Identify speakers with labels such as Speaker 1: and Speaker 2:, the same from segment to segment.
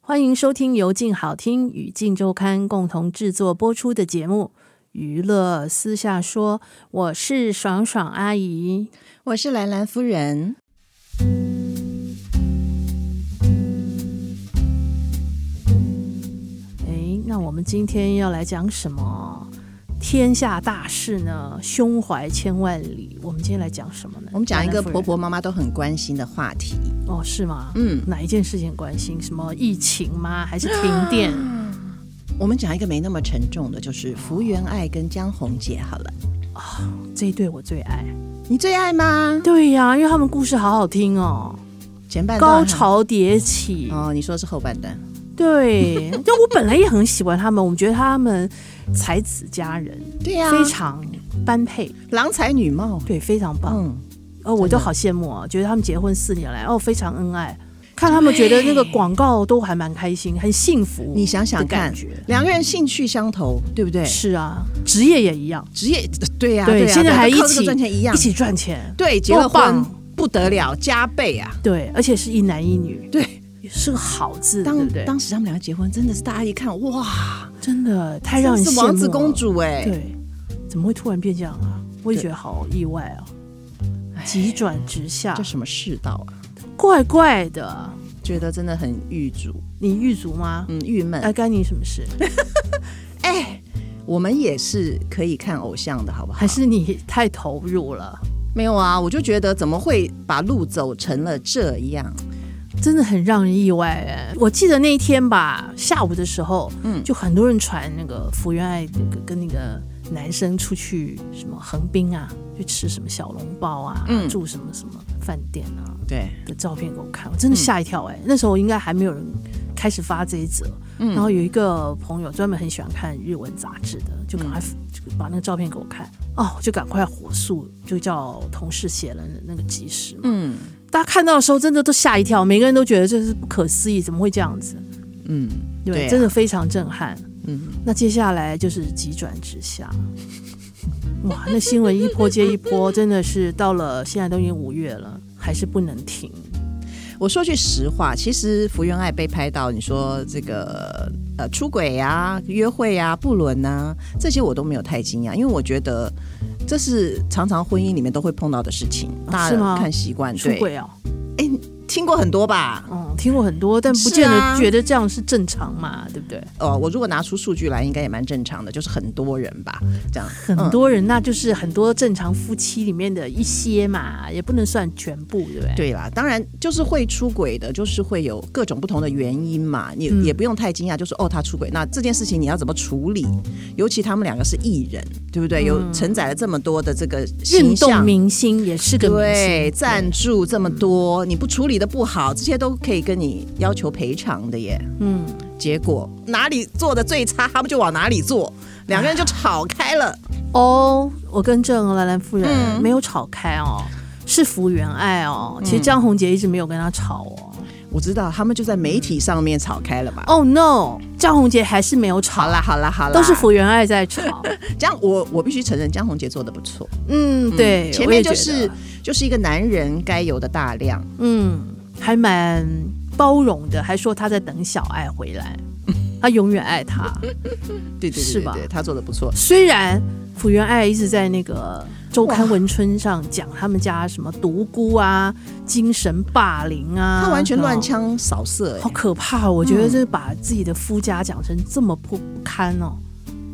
Speaker 1: 欢迎收听由静好听与静周刊共同制作播出的节目《娱乐私下说》，我是爽爽阿姨。
Speaker 2: 我是兰兰夫人。
Speaker 1: 诶，哎那我们今天要来讲什么？天下大事呢，胸怀千万里。我们今天来讲什么呢？
Speaker 2: 我们讲一
Speaker 1: 兰
Speaker 2: 个
Speaker 1: 兰夫人
Speaker 2: 婆婆妈妈都很关心的话题。
Speaker 1: 哦，是吗？
Speaker 2: 嗯，
Speaker 1: 哪一件事情关心？什么疫情吗？还是停电？
Speaker 2: 啊我们讲一个没那么沉重的，就是福原爱跟江宏杰好了。
Speaker 1: 这一对我最爱。
Speaker 2: 你最爱吗？
Speaker 1: 对呀、因为他们故事好好听哦，
Speaker 2: 前半段
Speaker 1: 高
Speaker 2: 很
Speaker 1: 潮迭起。
Speaker 2: 哦，你说是后半段，
Speaker 1: 对，就我本来也很喜欢他们，我们觉得他们才子佳人，
Speaker 2: 对
Speaker 3: 啊
Speaker 2: 啊呀、
Speaker 1: 非常般配，
Speaker 2: 郎才女貌。
Speaker 1: 对，非常棒。
Speaker 2: 嗯，
Speaker 1: 哦，我都好羡慕哦，觉得他们结婚四年来，哦，非常恩爱。看他们觉得那个广告都还蛮开心，很幸福。
Speaker 2: 你想想
Speaker 1: 的感
Speaker 2: 看
Speaker 1: 觉，
Speaker 2: 两个人兴趣相投，对不对？
Speaker 1: 是啊，职业也一样，
Speaker 2: 职业呃对呀、
Speaker 1: 对
Speaker 2: 呀、
Speaker 1: 现在还
Speaker 2: 都靠
Speaker 1: 一
Speaker 2: 这
Speaker 1: 起
Speaker 2: 个赚钱一样
Speaker 1: 一，起赚钱，
Speaker 2: 对，结了
Speaker 1: 多棒
Speaker 2: 婚不得了，加倍啊！
Speaker 1: 对，而且是一男一女，
Speaker 2: 对，
Speaker 1: 是个好字，对
Speaker 2: 当
Speaker 1: 不对？
Speaker 2: 当时他们两个结婚，真的是大家一看，哇，
Speaker 1: 真的太哎让人
Speaker 2: 真
Speaker 1: 羡
Speaker 2: 是
Speaker 1: 慕
Speaker 2: 王子
Speaker 1: 了
Speaker 2: 公主哎、
Speaker 1: 对，怎么会突然变这样啊？我也觉得好意外啊，急转直下
Speaker 2: 这，什么世道啊？
Speaker 1: 怪怪的。
Speaker 2: 觉得真的很郁卒，
Speaker 1: 你狱卒吗？
Speaker 2: 嗯，郁闷。哎
Speaker 1: 哎、干你什么 事？
Speaker 2: 我们也是可以看偶像的，好不好？
Speaker 1: 还是你太投入了？
Speaker 2: 没有啊？我就觉得怎么会把路走成了这样？
Speaker 1: 真的很让人意外哎、我记得那一天吧，下午的时候，嗯，就很多人传那个福原爱那个跟那个男生出去什么横滨啊，去吃什么小笼包啊，
Speaker 2: 嗯
Speaker 1: 住什么什么饭店啊
Speaker 2: 对，
Speaker 1: 的照片给我看，我真的吓一跳哎、那时候应该还没有人开始发这一则，然后有一个朋友专门很喜欢看日文杂志的，就赶快就把那个照片给我看，哦，我就赶快火速就叫同事写了那个即时嘛，
Speaker 2: 嗯
Speaker 1: 大家看到的时候真的都吓一跳，每个人都觉得这是不可思议，怎么会这样子？
Speaker 2: 嗯，
Speaker 1: 对不对，
Speaker 2: 啊
Speaker 1: 真的非常震撼。
Speaker 2: 嗯，
Speaker 1: 那接下来就是急转直 下，哇，那新闻一波接一波，真的是到了现在都已经五月了，还是不能停。
Speaker 2: 我说句实话，其实福原爱被拍到，你说这个呃出轨啊、约会啊、不伦啊这些，我都没有太惊讶，因为我觉得这是常常婚姻里面都会碰到的事情，
Speaker 1: 啊
Speaker 2: 大
Speaker 1: 是
Speaker 2: 家
Speaker 1: 吗
Speaker 2: 看习惯。
Speaker 1: 出
Speaker 2: 对，
Speaker 1: 轨哦，
Speaker 2: 听过很多吧？
Speaker 1: 嗯，听过很多，但不见得
Speaker 2: 是啊
Speaker 1: 觉得这样是正常嘛，对不对？
Speaker 2: 哦，我如果拿出数据来，应该也蛮正常的，就是很多人吧，这样
Speaker 1: 很多人那就是很多正常夫妻里面的一些嘛，也不能算全部，对不对？
Speaker 2: 对啦，当然就是会出轨的，就是会有各种不同的原因嘛，你
Speaker 1: 嗯
Speaker 2: 也不用太惊讶，就是哦他出轨，那这件事情你要怎么处理？尤其他们两个是艺人，对不对？有承载了这么多的这个
Speaker 1: 嗯运
Speaker 2: 形
Speaker 1: 动
Speaker 2: 象。
Speaker 1: 明星也是个明星，
Speaker 2: 对，赞助这么多，你不处理的不好，这些都可以跟你要求赔偿的耶。
Speaker 1: 嗯，
Speaker 2: 结果哪里做的最差，他们就往哪里做，两个人
Speaker 1: 啊
Speaker 2: 就吵开了。
Speaker 1: 哦，我跟郑和兰兰夫人
Speaker 2: 嗯
Speaker 1: 没有吵开哦，是福原爱哦。其实张宏杰一直没有跟他吵哦。
Speaker 2: 我知道他们就在媒体上面吵开了嘛。哦
Speaker 1: Oh no，张宏杰还是没有吵
Speaker 2: 好，啦好啦好啦，
Speaker 1: 都是福原爱在 吵。
Speaker 2: 江，我我必须承认江宏杰做的不错。
Speaker 1: 嗯，对，
Speaker 2: 前
Speaker 1: 我也
Speaker 2: 面
Speaker 1: 觉
Speaker 2: 就
Speaker 1: 得
Speaker 2: 是就是一个男人该有的大量，
Speaker 1: 嗯，还蛮包容的，还说他在等小爱回 来，他永远爱他。
Speaker 2: 对对对
Speaker 1: 是吧
Speaker 2: 对对他做的不错。
Speaker 1: 虽然福原爱一直在那个周刊文春上讲他们家什么独孤啊、精神霸凌啊，
Speaker 2: 他完全乱
Speaker 1: 哦
Speaker 2: 枪扫射、
Speaker 1: 好
Speaker 2: 欸，
Speaker 1: 可怕！我觉得这把自己的夫家讲成这么不堪哦。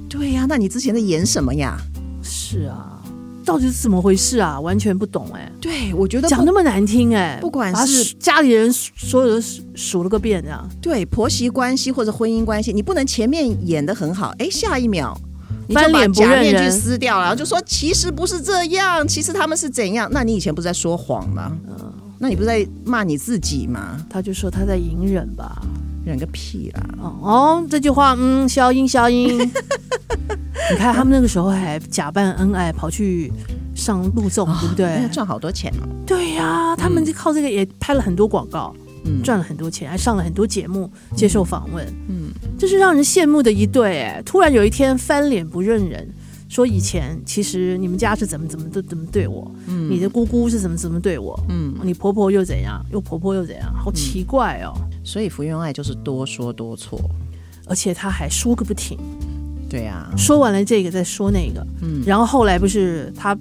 Speaker 2: 对呀、那你之前在演什么呀？
Speaker 1: 是啊，到底是怎么回事啊？完全不懂哎、
Speaker 2: 对，我觉得
Speaker 1: 讲
Speaker 2: 不
Speaker 1: 那么难听哎、
Speaker 2: 不管
Speaker 1: 把
Speaker 2: 是
Speaker 1: 数家里人所有的数数了个遍这样。
Speaker 2: 对婆媳关系或者婚姻关系，你不能前面演的很好，哎，下一秒你就
Speaker 1: 翻
Speaker 2: 把
Speaker 1: 脸不
Speaker 2: 假
Speaker 1: 认
Speaker 2: 面具
Speaker 1: 人
Speaker 2: 撕掉，然后就说其实不是这样，其实他们是怎样？那你以前不是在说谎吗？那你不是在骂你自己吗？
Speaker 1: 他就说他在隐忍吧。
Speaker 2: 忍个屁啦！
Speaker 1: 哦哦，这句话嗯，消音消音。你看他们那个时候还假扮恩爱，跑去上路纵，对不
Speaker 2: 那
Speaker 1: 对
Speaker 2: 个？哎赚好多钱哦。
Speaker 1: 对呀、他们就靠这个也拍了很多广告，
Speaker 2: 嗯，
Speaker 1: 赚了很多钱，还上了很多节目接受访问。
Speaker 2: 嗯
Speaker 1: 这是让人羡慕的一对哎！突然有一天翻脸不认人，说以前其实你们家是怎么怎么都怎么对我，
Speaker 2: 嗯
Speaker 1: 你的姑姑是怎么怎么对我，
Speaker 2: 嗯，
Speaker 1: 你婆婆又怎样，又婆婆又怎样，好奇怪哦！
Speaker 2: 所以福原爱就是多说多错。
Speaker 1: 而且她还说个不停，
Speaker 2: 对啊，
Speaker 1: 说完了这个再说那个，
Speaker 2: 嗯
Speaker 1: 然后后来不是她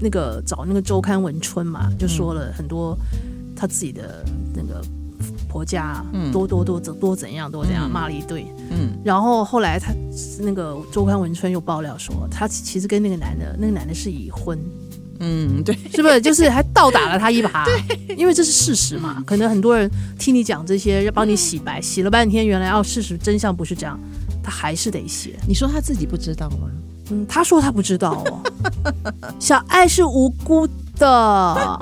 Speaker 1: 那个找那个周刊文春嘛，就说了很多她自己的那个婆家啊
Speaker 2: 嗯
Speaker 1: 多多多怎多怎样多怎样骂了一堆，
Speaker 2: 嗯
Speaker 1: 然后后来他那个周刊文春又爆料说，他其实跟那个男的，那个男的是已 婚，
Speaker 2: 嗯，对，
Speaker 1: 是不是？就是还倒打了他一把，因为这是事实嘛。
Speaker 2: 嗯
Speaker 1: 可能很多人听你讲这些，帮你洗白，洗了半天，原来哦，事实真相不是这样，他还是得写。
Speaker 2: 你说他自己不知道吗？
Speaker 1: 嗯，他说他不知道 哦，小爱是无辜 的，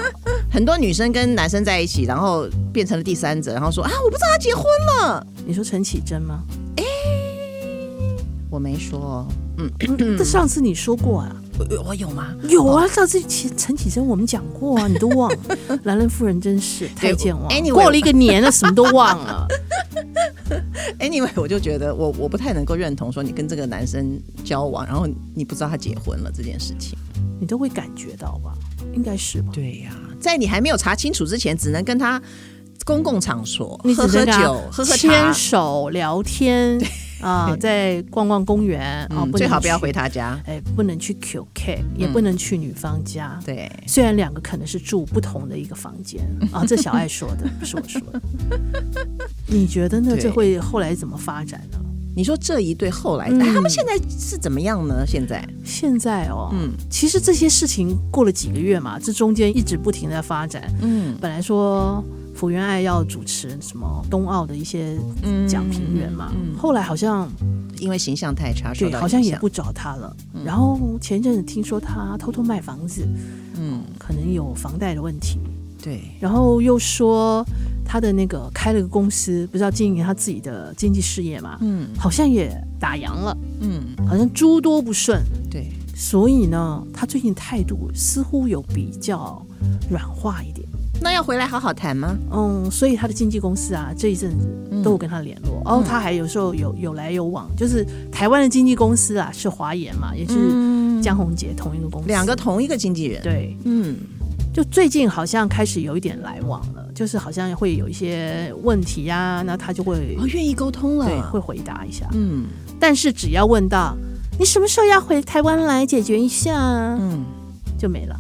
Speaker 2: 很多女生跟男生在一起，然后变成了第三者，然后说啊，我不知道他结婚了，
Speaker 1: 你说陈绮贞吗？
Speaker 2: 我没说哦。
Speaker 1: 这上次你说过啊。
Speaker 2: 我我有吗？
Speaker 1: 有啊，上次陈陈绮贞我们讲过啊，你都忘 了。兰兰夫人真是太健忘了，
Speaker 2: anyway
Speaker 1: 过了一个年了，什么都忘 了。
Speaker 2: Anyway，我就觉得我我不太能够认同说你跟这个男生交往，然后你不知道他结婚了这件事情。
Speaker 1: 你都会感觉到吧？应该是吧？
Speaker 2: 对呀、在你还没有查清楚之前，只能跟他公共场所
Speaker 1: 你只
Speaker 2: 喝喝
Speaker 1: 能跟他
Speaker 2: 酒、喝喝
Speaker 1: 牵
Speaker 2: 茶，
Speaker 1: 手聊天啊，在逛逛公园啊，
Speaker 2: 嗯，
Speaker 1: 能
Speaker 2: 最好不要
Speaker 1: 去
Speaker 2: 回。他嗯家。
Speaker 1: 哎，不能去 QK，也不能去女方家。
Speaker 2: 对，
Speaker 1: 虽然两个可能是住不同的一个房间
Speaker 2: 嗯
Speaker 1: 啊，这小爱说 的，不是我说的。你觉得呢？
Speaker 2: 对
Speaker 1: 这会后来怎么发展呢？
Speaker 2: 你说这一对后来、
Speaker 1: 嗯
Speaker 2: 哎他们现在是怎么样呢？现在，
Speaker 1: 现在哦，
Speaker 2: 嗯
Speaker 1: 其实这些事情过了几个月嘛，这中间一直不停地在发展。
Speaker 2: 嗯
Speaker 1: 本来说福原爱要主持什么冬奥的一些
Speaker 2: 嗯
Speaker 1: 讲评员嘛，后来好像
Speaker 2: 因为形象嗯太差，受
Speaker 1: 对，
Speaker 2: 到
Speaker 1: 好像
Speaker 2: 影
Speaker 1: 也
Speaker 2: 响
Speaker 1: 不找她了。然后前一阵子听说她偷偷卖房子，
Speaker 2: 嗯，
Speaker 1: 可能有房贷的问题，
Speaker 2: 对，
Speaker 1: 然后又说她的那个开了个公司，不是要经营她自己的经济事业嘛，
Speaker 2: 嗯
Speaker 1: 好像也打烊了，
Speaker 2: 嗯，
Speaker 1: 好像诸多不顺。
Speaker 2: 对，
Speaker 1: 所以呢，他最近态度似乎有比较软化一点。
Speaker 2: 那要回来好好谈吗？
Speaker 1: 嗯，所以他的经纪公司啊，这一阵子都有跟他联络。哦，他还有时候有有来有往，就是台湾的经纪公司啊，是华研嘛，也是
Speaker 2: 嗯，
Speaker 1: 江宏杰同一个公司。
Speaker 2: 两个同一个经纪人，
Speaker 1: 对，
Speaker 2: 嗯
Speaker 1: 就最近好像开始有一点来往了，就是好像会有一些问题啊，那他就会、
Speaker 2: 哦，愿意沟通了，
Speaker 1: 对会回答一下。
Speaker 2: 嗯
Speaker 1: 但是只要问到你什么时候要回台湾来解决一下啊，
Speaker 2: 嗯，
Speaker 1: 就没了，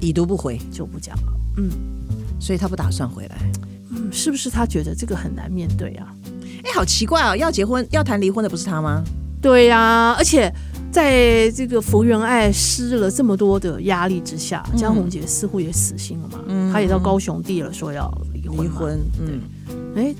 Speaker 2: 已读不回，
Speaker 1: 就不讲了。嗯。
Speaker 2: 所以他不打算回来。
Speaker 1: 嗯，是不是他觉得这个很难面对啊？
Speaker 2: 哎，好奇怪哦，要结婚要谈离婚的不是他吗？
Speaker 1: 对呀、而且在这个福原爱施了这么多的压力之下，江宏杰似乎也死心了嘛，他也到高雄地了，说要离婚。
Speaker 2: 离，婚，嗯，
Speaker 1: 哎，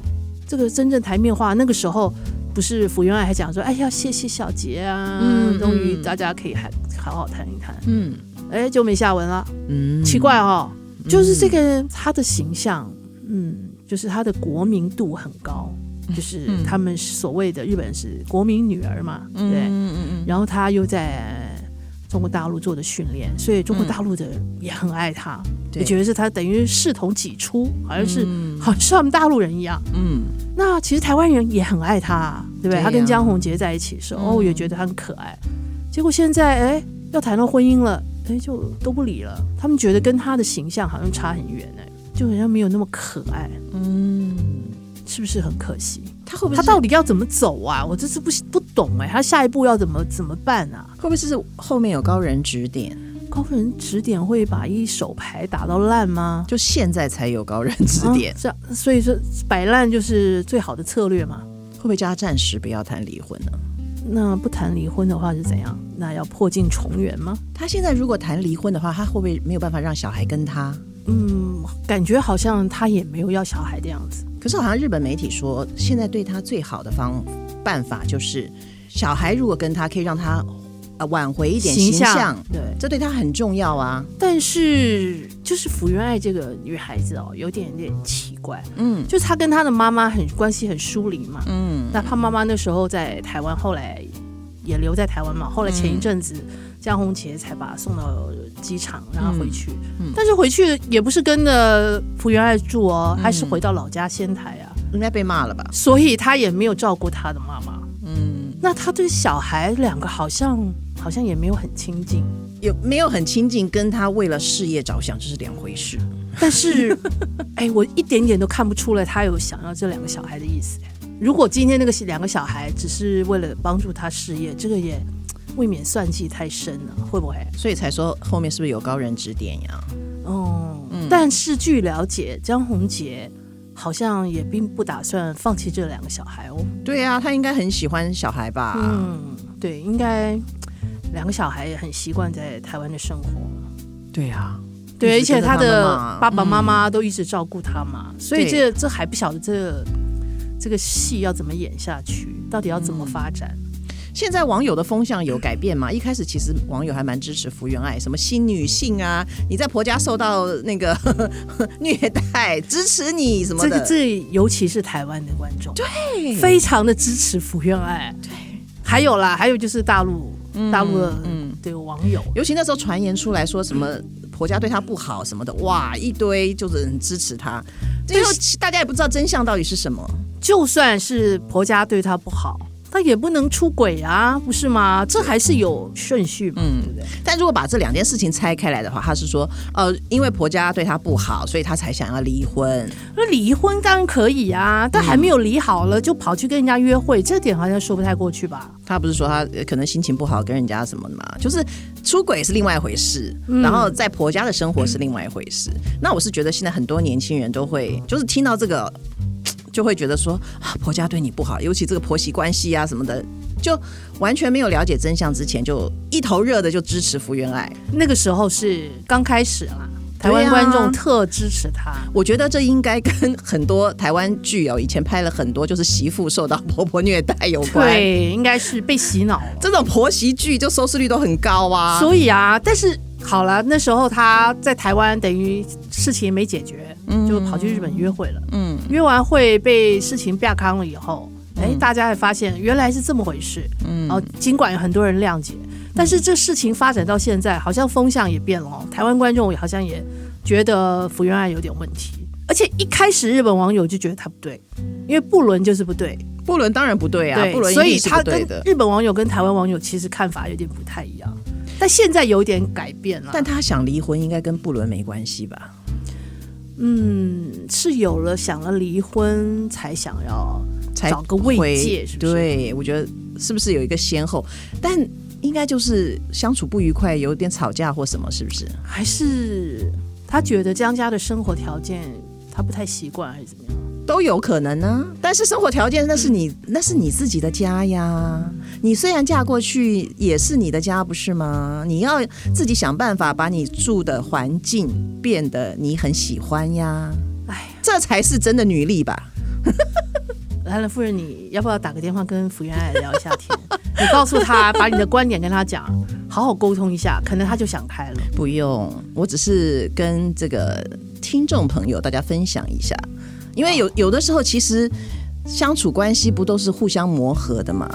Speaker 1: 这个真正台面化，那个时候不是福原爱还讲说，哎，要谢谢小杰啊，
Speaker 2: 嗯
Speaker 1: 终于
Speaker 2: 嗯
Speaker 1: 大家可以还好好谈一谈，
Speaker 2: 嗯
Speaker 1: 哎，就没下文了，
Speaker 2: 嗯
Speaker 1: 奇，怪哦，就是这个他的形象，嗯，就是他的国民度很高，就是
Speaker 2: 嗯
Speaker 1: 他们所谓的日本是国民女儿嘛，对不对。
Speaker 2: 嗯嗯
Speaker 1: 然后他又在呃中国大陆做的训练，所以中国大陆的也很爱他，
Speaker 2: 嗯对
Speaker 1: 也觉得是他等于视同己出，好像是、
Speaker 2: 嗯
Speaker 1: 好像是他们大陆人一样。
Speaker 2: 嗯，
Speaker 1: 那其实台湾人也很爱他，啊对不对？
Speaker 2: 对呀嗯
Speaker 1: 他跟江宏杰在一起的时候，哦，也觉得他很可爱。结果现在，哎，要谈到婚姻了，哎，就都不理了。他们觉得跟他的形象好像差很远，哎，就好像没有那么可爱，
Speaker 2: 嗯，
Speaker 1: 是不是很可惜？
Speaker 2: 他会不会
Speaker 1: 他
Speaker 2: 是
Speaker 1: 到底要怎么走啊？我这是不不懂哎，他下一步要怎么怎么办啊？
Speaker 2: 会不会是后面有高人指点？
Speaker 1: 高人指点会把一手牌打到烂吗？
Speaker 2: 就现在才有高人指点
Speaker 1: 啊，这样所以说摆烂就是最好的策略嘛。
Speaker 2: 会不会叫他暂时不要谈离婚呢？
Speaker 1: 那不谈离婚的话是怎样？那要破镜重圆吗？
Speaker 2: 他现在如果谈离婚的话，他会不会没有办法让小孩跟他？
Speaker 1: 嗯，感觉好像他也没有要小孩的样子。
Speaker 2: 可是好像日本媒体说，现在对他最好的方办法就是，小孩如果跟他可以让他呃挽回一点形象，
Speaker 1: 对，
Speaker 2: 这对他很重要啊。
Speaker 1: 但是就是福原爱这个女孩子哦，有点有点奇怪，
Speaker 2: 嗯
Speaker 1: 就是她跟她的妈妈很关系很疏离嘛。
Speaker 2: 嗯
Speaker 1: 那她妈妈那时候在台湾，后来也留在台湾
Speaker 2: 嗯
Speaker 1: 嘛。后来前一阵子，江宏杰才把他送到机场，让他回去。
Speaker 2: 嗯嗯
Speaker 1: 但是回去也不是跟着福原爱住哦，他是回到老家仙台啊，
Speaker 2: 应该被骂了吧？
Speaker 1: 所以他也没有照顾他的妈妈。
Speaker 2: 嗯，
Speaker 1: 那他对小孩两个好像好像也没有很亲近，
Speaker 2: 有没有很亲近？跟他为了事业着想，这是两回事。
Speaker 1: 但是哎，我一点点都看不出来他有想要这两个小孩的意思。如果今天那个两个小孩只是为了帮助他事业，这个也未免算计太深了，会不会？
Speaker 2: 所以才说后面是不是有高人指点呀？
Speaker 1: 哦，但是据了解，江宏杰好像也并不打算放弃这两个小孩哦。
Speaker 2: 对啊，他应该很喜欢小孩吧？
Speaker 1: 嗯，对，应该两个小孩也很习惯在台湾的生活。
Speaker 2: 对啊，
Speaker 1: 对，
Speaker 2: 一
Speaker 1: 而
Speaker 2: 直
Speaker 1: 且
Speaker 2: 跟着
Speaker 1: 他
Speaker 2: 他们
Speaker 1: 的
Speaker 2: 嘛嗯
Speaker 1: 爸爸妈妈都一直照顾他嘛，所以
Speaker 2: 对
Speaker 1: 这这还不晓得这这个戏要怎么演下去，到底要怎么发展？
Speaker 2: 现在网友的风向有改变嘛？一开始其实网友还蛮支持福原爱，什么新女性啊，你在婆家受到那个 虐待，支持你什嗯么
Speaker 1: 这
Speaker 2: 的。
Speaker 1: 个这尤其是台湾的观众，对，非常的支持福原爱。对，还有啦，还有就是大陆
Speaker 2: 嗯
Speaker 1: 大陆的对网友，
Speaker 2: 尤其那时候传言出来说什么婆家对她不好什么的，哇，一堆就是很支持她。最后大家也不知道真相到底是什么。
Speaker 1: 就算是婆家对她不好，她也不能出轨啊，不是吗？这还是有顺序嘛，
Speaker 2: 嗯
Speaker 1: 对不对？
Speaker 2: 但如果把这两件事情拆开来的话，她是说，呃，因为婆家对她不好，所以她才想要离婚。
Speaker 1: 那离婚当然可以啊，但还没有离好了，就跑去跟人家约会，这点好像说不太过去吧？
Speaker 2: 她不是说她呃可能心情不好跟人家什么的嘛，就是出轨是另外一回事，然后在婆家的生活是另外一回事。那我是觉得现在很多年轻人都会，就是听到这个。就会觉得说啊，婆家对你不好，尤其这个婆媳关系啊什么的，就完全没有了解真相之前，就一头热的就支持福原爱。
Speaker 1: 那个时候是刚开始啦，台湾
Speaker 2: 对啊
Speaker 1: 观众特支持她。
Speaker 2: 我觉得这应该跟很多台湾剧哦，以前拍了很多就是媳妇受到婆婆虐待有关。
Speaker 1: 对，应该是被洗脑了。
Speaker 2: 这种婆媳剧就收视率都很高啊。
Speaker 1: 所以啊，但是好了，那时候她在台湾等于事情没解决，就跑去日本约会了。嗯，约完会被事情曝康了以后，哎、大家还发现原来是这么回事。嗯，哦，尽管有很多人谅解，但是这事情发展到现在，好像风向也变了哦。台湾观众也好像也觉得福原爱有点问题，而且一开始日本网友就觉得她不对，因为布伦就是不对。
Speaker 2: 布伦当然不对啊，
Speaker 1: 对，
Speaker 2: 布伦一
Speaker 1: 所以
Speaker 2: 定是
Speaker 1: 他
Speaker 2: 不
Speaker 1: 跟
Speaker 2: 对的。
Speaker 1: 日本网友跟台湾网友其实看法有点不太一样，但现在有点改变了。
Speaker 2: 但他想离婚，应该跟布伦没关系吧？
Speaker 1: 嗯是有了想了离婚才想要
Speaker 2: 才
Speaker 1: 找个慰
Speaker 2: 会
Speaker 1: 藉是不是
Speaker 2: 对，我觉得是不是有一个先后？但应该就是相处不愉快，有点吵架或什么，是不是？
Speaker 1: 还是他觉得江家的生活条件他不太习惯，还是怎么样？
Speaker 2: 都有可能呢、但是生活条件那是你那是你自己的家呀，你虽然嫁过去也是你的家，不是吗？你要自己想办法把你住的环境变得你很喜欢呀。
Speaker 1: 哎，
Speaker 2: 这才是真的女力吧？
Speaker 1: 兰兰夫人，你要不要打个电话跟福原爱聊一下天？你告诉他，把你的观点跟他讲，好好沟通一下，可能他就想开了。
Speaker 2: 不用，我只是跟这个听众朋友大家分享一下，因为有有的时候其实相处关系不都是互相磨合的嘛？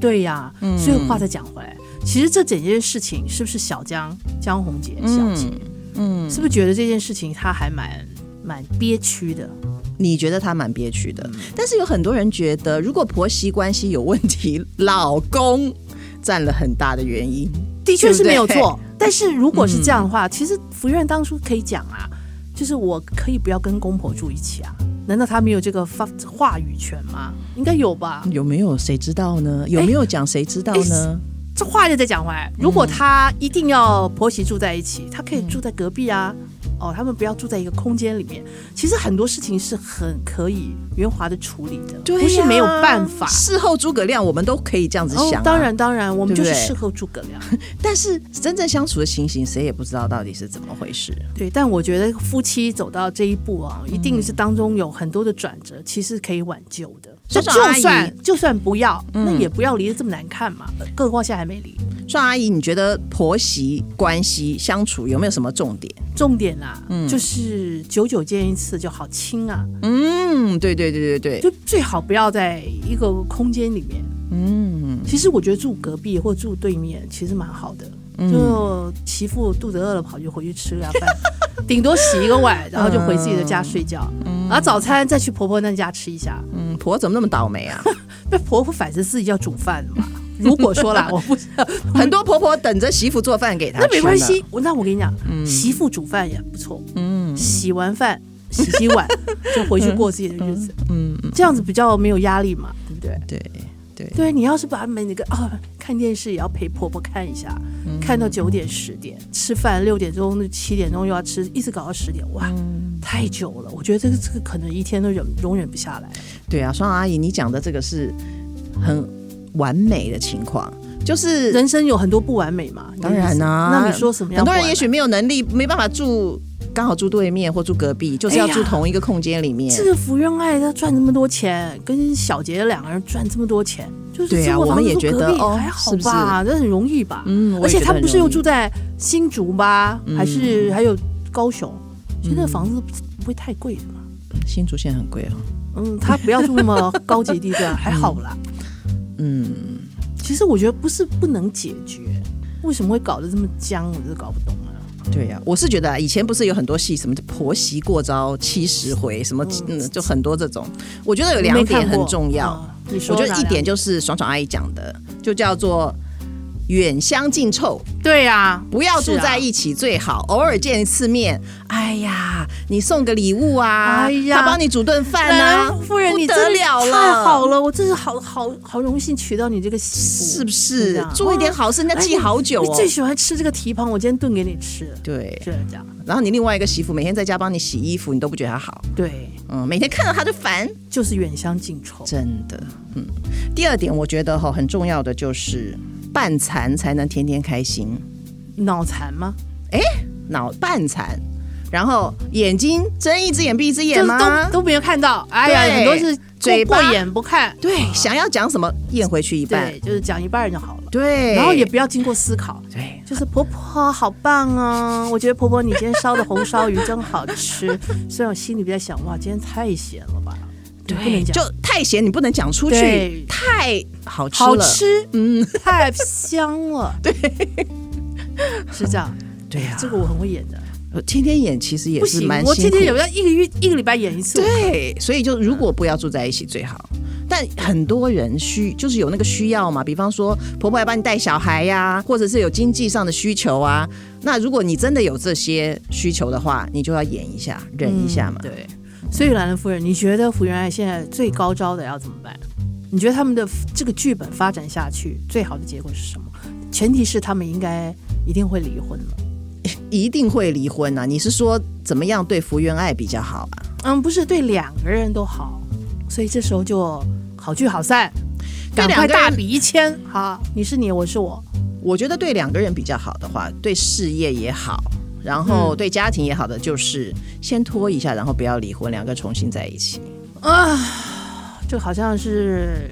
Speaker 1: 对呀、
Speaker 2: 嗯
Speaker 1: 所以话再讲回来，其实这整件事情是不是小江江宏杰小姐，嗯，是不是觉得这件事情她还蛮蛮憋屈的？
Speaker 2: 你觉得他蛮憋屈的，但是有很多人觉得，如果婆媳关系有问题，老公占了很大的原因。
Speaker 1: 的确是没有
Speaker 2: 对不 嗯
Speaker 1: 错，但是如果是这样的话，其实福院当初可以讲啊，就是我可以不要跟公婆住一起啊，难道她没有这个发话语权吗？应该有吧。
Speaker 2: 有没有谁知道呢？有没有讲谁知道
Speaker 1: 哎
Speaker 2: 呢？
Speaker 1: 这话又再讲回来，如
Speaker 2: 嗯
Speaker 1: 果她一定要婆媳住在一起，她可以住在隔壁啊。哦，他们不要住在一个空间里面。其实很多事情是很可以圆滑的处理的，
Speaker 2: 对呀
Speaker 1: 不是没有办法。
Speaker 2: 事后诸葛亮，我们都可以这样子想、啊
Speaker 1: 哦，当然当然，我们
Speaker 2: 对
Speaker 1: 就是
Speaker 2: 不对
Speaker 1: 适合诸葛亮。
Speaker 2: 但是真正相处的情形，谁也不知道到底是怎么回事。
Speaker 1: 对，但我觉得夫妻走到这一步啊，
Speaker 2: 嗯
Speaker 1: 一定是当中有很多的转折，其实可以挽救的。
Speaker 2: 这
Speaker 1: 就
Speaker 2: 种阿姨嗯
Speaker 1: 算就算不要，那也不要离得这么难看嘛。更何况现在还没离。
Speaker 2: 双阿姨，你觉得婆媳关系相处有没有什么重点？
Speaker 1: 重点啦、
Speaker 2: 嗯
Speaker 1: 就是久久见一次就好亲啊。
Speaker 2: 嗯，对对对对对，
Speaker 1: 就最好不要在一个空间里面。嗯，其实我觉得住隔壁或住对面其实蛮好的，
Speaker 2: 嗯
Speaker 1: 就媳妇肚子饿了跑去回去吃个饭，顶多洗一个碗，然后就回自己的家睡觉，然后早餐再去婆婆那家吃一下。
Speaker 2: 嗯，婆怎么那么倒霉啊？
Speaker 1: 那婆婆反正自己要煮饭嘛。如果说啦， 我不知道，
Speaker 2: 很多婆婆等着媳妇做饭给她，
Speaker 1: 那没关。系。我那我跟你讲，媳妇煮饭也不错，
Speaker 2: 嗯
Speaker 1: 洗完饭洗洗碗 就回去过自己的日子，
Speaker 2: 嗯，嗯
Speaker 1: 这样子比较没有压力嘛，对不对？
Speaker 2: 对对，
Speaker 1: 对你要是把每个啊、看电视也要陪婆婆看一下，
Speaker 2: 嗯
Speaker 1: 看到九点十点，吃饭六点钟七点钟又要吃，一直搞到十点，哇，
Speaker 2: 嗯
Speaker 1: 太久了。我觉得这个这个可能一天都忍容忍不下来。
Speaker 2: 对啊，双阿姨，你讲的这个是很完美的情况，就是
Speaker 1: 人生有很多不完美嘛，你的
Speaker 2: 当然
Speaker 1: 意思
Speaker 2: 啊
Speaker 1: 那你说什么样
Speaker 2: 很
Speaker 1: 不
Speaker 2: 多
Speaker 1: 完美？
Speaker 2: 人也许没有能力，没办法住，刚好住对面或住隔壁，就是要
Speaker 1: 哎呀
Speaker 2: 住同一个空间里面。
Speaker 1: 这个福原爱她赚这么多钱，跟小杰两个人赚这么多钱，就是
Speaker 2: 对啊
Speaker 1: 生活
Speaker 2: 我
Speaker 1: 房
Speaker 2: 们
Speaker 1: 子
Speaker 2: 也
Speaker 1: 住
Speaker 2: 觉
Speaker 1: 隔
Speaker 2: 得
Speaker 1: 壁
Speaker 2: 哦
Speaker 1: 还好
Speaker 2: 是不是
Speaker 1: 吧，这很容易吧？
Speaker 2: 嗯我也
Speaker 1: 而且
Speaker 2: 觉得
Speaker 1: 他
Speaker 2: 很
Speaker 1: 不是又
Speaker 2: 容易嗯
Speaker 1: 住在新竹吧，还是还有高雄，所以那个房子不会太贵的嘛。
Speaker 2: 新竹县很贵哦。
Speaker 1: 嗯，他不要住那么高级地段，还好啦。
Speaker 2: 嗯，
Speaker 1: 其实我觉得不是不能解决，为什么会搞得这么僵，我就搞不懂啊了。
Speaker 2: 对呀、我是觉得啊，以前不是有很多戏，什么婆媳过招七十回，什么嗯就很多这种。我觉得有两
Speaker 1: 没看
Speaker 2: 点很
Speaker 1: 过
Speaker 2: 重要，
Speaker 1: 啊你说
Speaker 2: 我觉
Speaker 1: 哪
Speaker 2: 得一
Speaker 1: 两
Speaker 2: 点就是爽爽阿姨讲的，就叫做远香近臭。
Speaker 1: 对呀，
Speaker 2: 不要住
Speaker 1: 是啊
Speaker 2: 在一起最好，偶尔见一次面。哎呀，你送个礼物啊，
Speaker 1: 哎呀
Speaker 2: 他帮你煮顿饭啊
Speaker 1: 哎，夫人，你
Speaker 2: 不
Speaker 1: 真
Speaker 2: 得
Speaker 1: 的
Speaker 2: 了了，
Speaker 1: 太好了，我真是好好好荣幸娶到你这个媳妇，
Speaker 2: 是不
Speaker 1: 是
Speaker 2: 是
Speaker 1: 啊？
Speaker 2: 做一点好事，人家记好久
Speaker 1: 你
Speaker 2: 哦。
Speaker 1: 最喜欢吃这个蹄膀，我今天炖给你吃，
Speaker 2: 对，
Speaker 1: 是这样，
Speaker 2: 然后你另外一个媳妇每天在家帮你洗衣服，你都不觉得她好，
Speaker 1: 对，
Speaker 2: 嗯，每天看到她就烦，
Speaker 1: 就是远香近臭，
Speaker 2: 真的，嗯。第二点，我觉得哈很重要的就是半残才能天天开心，
Speaker 1: 脑残吗？
Speaker 2: 脑半残，然后眼睛睁一只眼闭一只
Speaker 1: 就
Speaker 2: 眼
Speaker 1: 是
Speaker 2: 吗？
Speaker 1: 都都没有看到，哎呀，
Speaker 2: 对
Speaker 1: 很多是
Speaker 2: 嘴
Speaker 1: 过
Speaker 2: 巴
Speaker 1: 过眼不看，
Speaker 2: 对，想要讲什么咽回去一半
Speaker 1: 对，，就是讲一半就好了，
Speaker 2: 对，
Speaker 1: 然后也不要经过思考。
Speaker 2: 对，
Speaker 1: 就是婆婆好棒啊！我觉得婆婆你今天烧的红烧鱼真好吃， 虽然我心里边在想，哇，今天太咸了吧？不能讲
Speaker 2: 就太咸，你不能讲出去
Speaker 1: 对，
Speaker 2: 太好吃
Speaker 1: 好
Speaker 2: 了，
Speaker 1: 吃，嗯， 太香了，对， 是这样。
Speaker 2: 对呀、
Speaker 1: 这个我很会演的，
Speaker 2: 我天天演其实也
Speaker 1: 不
Speaker 2: 是
Speaker 1: 行
Speaker 2: 蛮，
Speaker 1: 我
Speaker 2: 辛
Speaker 1: 天天有
Speaker 2: 苦
Speaker 1: 要一个月一个礼拜演 一次，
Speaker 2: 对，所以就如果不要住在一起最好。但很多人需就是有那个需要嘛，比方说婆婆要帮你带小孩呀、或者是有经济上的需求啊。那如果你真的有这些需求的话，你就要演一下，忍一下嘛。
Speaker 1: 对。所以兰兰夫人，你觉得福原爱现在最高招的要怎么办？你觉得他们的这个剧本发展下去，最好的结果是什么？前提是他们应该一定会离婚了。
Speaker 2: 一定会离婚啊！你是说怎么样对福原爱比较好啊？
Speaker 1: 嗯，不是对两个人都好，所以这时候就好聚好散，
Speaker 2: 对
Speaker 1: 赶
Speaker 2: 两
Speaker 1: 快
Speaker 2: 个人
Speaker 1: 大笔一签，好，你是你，我是我，
Speaker 2: 我觉得对两个人比较好的话，对事业也好，然后对家庭也好的，就是先拖一下，然后不要离婚，两个重新在一起。
Speaker 1: 就啊好像是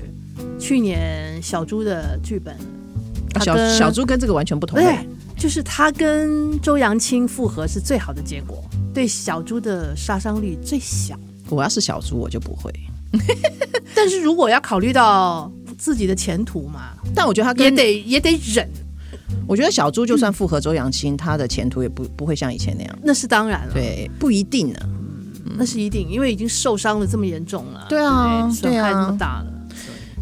Speaker 1: 去年小猪的剧本，他
Speaker 2: 啊小
Speaker 1: 跟
Speaker 2: 小猪跟这个完全不同、
Speaker 1: 对
Speaker 2: 欸，，
Speaker 1: 就是他跟周扬青复合是最好的结果，对小猪的杀伤力最小。
Speaker 2: 我要是小猪，我就不会。
Speaker 1: 但是如果要考虑到自己的前途嘛，
Speaker 2: 但我觉得他
Speaker 1: 也
Speaker 2: 跟，
Speaker 1: 得也得忍，
Speaker 2: 我觉得小猪就算复合周扬青，他的前途也不不会像以前那样。
Speaker 1: 那是当然了，
Speaker 2: 对，不一定啊呢。
Speaker 1: 那是一定，因为已经受伤了这么严重了，
Speaker 2: 对啊
Speaker 1: 不
Speaker 2: 对
Speaker 1: 损
Speaker 2: 啊
Speaker 1: 害那么大了。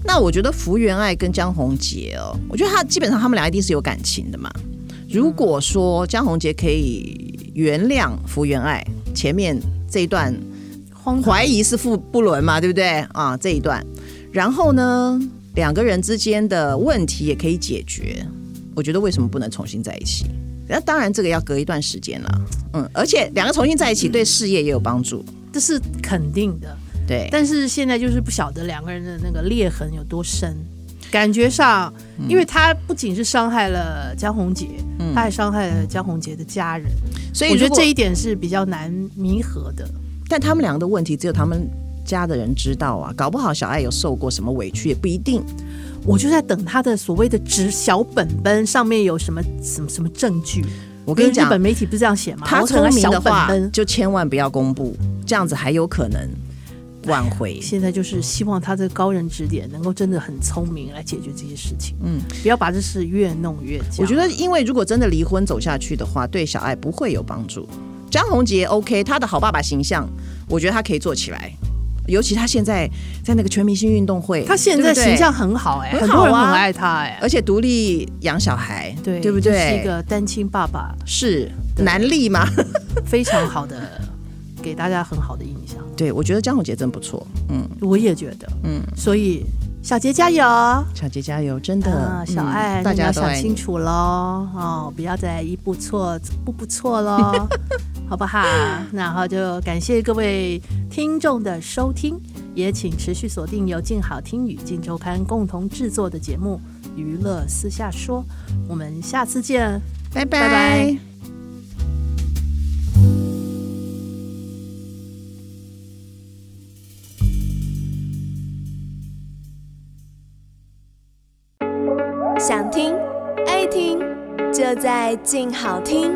Speaker 2: 那我觉得福原爱跟江宏杰哦，我觉得他基本上他们俩一定是有感情的嘛。如果说江宏杰可以原谅福原爱前面这一段
Speaker 1: 荒唐
Speaker 2: 怀疑是父不伦嘛，对不对啊？这一段，然后呢，两个人之间的问题也可以解决。我觉得为什么不能重新在一起？那当然，这个要隔一段时间了。嗯，而且两个重新在一起对事业也有帮助。
Speaker 1: 这是肯定的，
Speaker 2: 对，
Speaker 1: 但是现在就是不晓得两个人的那个裂痕有多深，感觉上，因为他不仅是伤害了江宏杰，他还伤害了江宏杰的家人，
Speaker 2: 嗯所以
Speaker 1: 我觉
Speaker 2: 如
Speaker 1: 得
Speaker 2: 果
Speaker 1: 这，一点是比较难弥合的。
Speaker 2: 但他们两个的问题只有他们家的人知道啊，搞不好小爱有受过什么委屈也不一定。
Speaker 1: 我就在等他的所谓的纸小本本上面有什么什么什么证据。
Speaker 2: 我跟你讲
Speaker 1: 日本，媒体不是这样写吗？
Speaker 2: 他
Speaker 1: 我可能
Speaker 2: 聪明
Speaker 1: 小
Speaker 2: 的
Speaker 1: 本
Speaker 2: 话
Speaker 1: 本，
Speaker 2: 就千万不要公布，这样子还有可能。挽回。
Speaker 1: 现在就是希望他这高人指点能够真的很聪明来解决这些事情，
Speaker 2: 嗯，
Speaker 1: 不要把这事越弄越僵。
Speaker 2: 我觉得，因为如果真的离婚走下去的话，对小爱不会有帮助。江宏杰 OK，他的好爸爸形象，我觉得他可以做起来。尤其他现在在那个全明星运动会，
Speaker 1: 他现在
Speaker 2: 对不对
Speaker 1: 形象很好哎、
Speaker 2: 很
Speaker 1: 很
Speaker 2: 好啊
Speaker 1: 多人很爱他哎、
Speaker 2: 而且独立养小孩，
Speaker 1: 对
Speaker 2: 对不
Speaker 1: 就是
Speaker 2: 对？
Speaker 1: 一个单亲爸爸，
Speaker 2: 是
Speaker 1: 对
Speaker 2: 男力嘛？
Speaker 1: 非常好的， 给大家很好的印象。
Speaker 2: 对，我觉得江宏杰真不错。嗯，
Speaker 1: 我也觉得，
Speaker 2: 嗯
Speaker 1: 嗯，所以小杰加油。
Speaker 2: 小杰加油，真的，
Speaker 1: 啊，小
Speaker 2: 嗯
Speaker 1: 爱，
Speaker 2: 大
Speaker 1: 你要
Speaker 2: 家都
Speaker 1: 想
Speaker 2: 爱
Speaker 1: 清
Speaker 2: 你。
Speaker 1: 楚喽，哦，不要再一步错，步步错 喽，好不好？然后就感谢各位听众的收听，也请持续锁定由静好听与静周刊共同制作的节目《娱乐私下说》，我们下次见。
Speaker 2: 拜
Speaker 1: 拜拜
Speaker 2: 拜
Speaker 3: 想听爱听，就在静好听。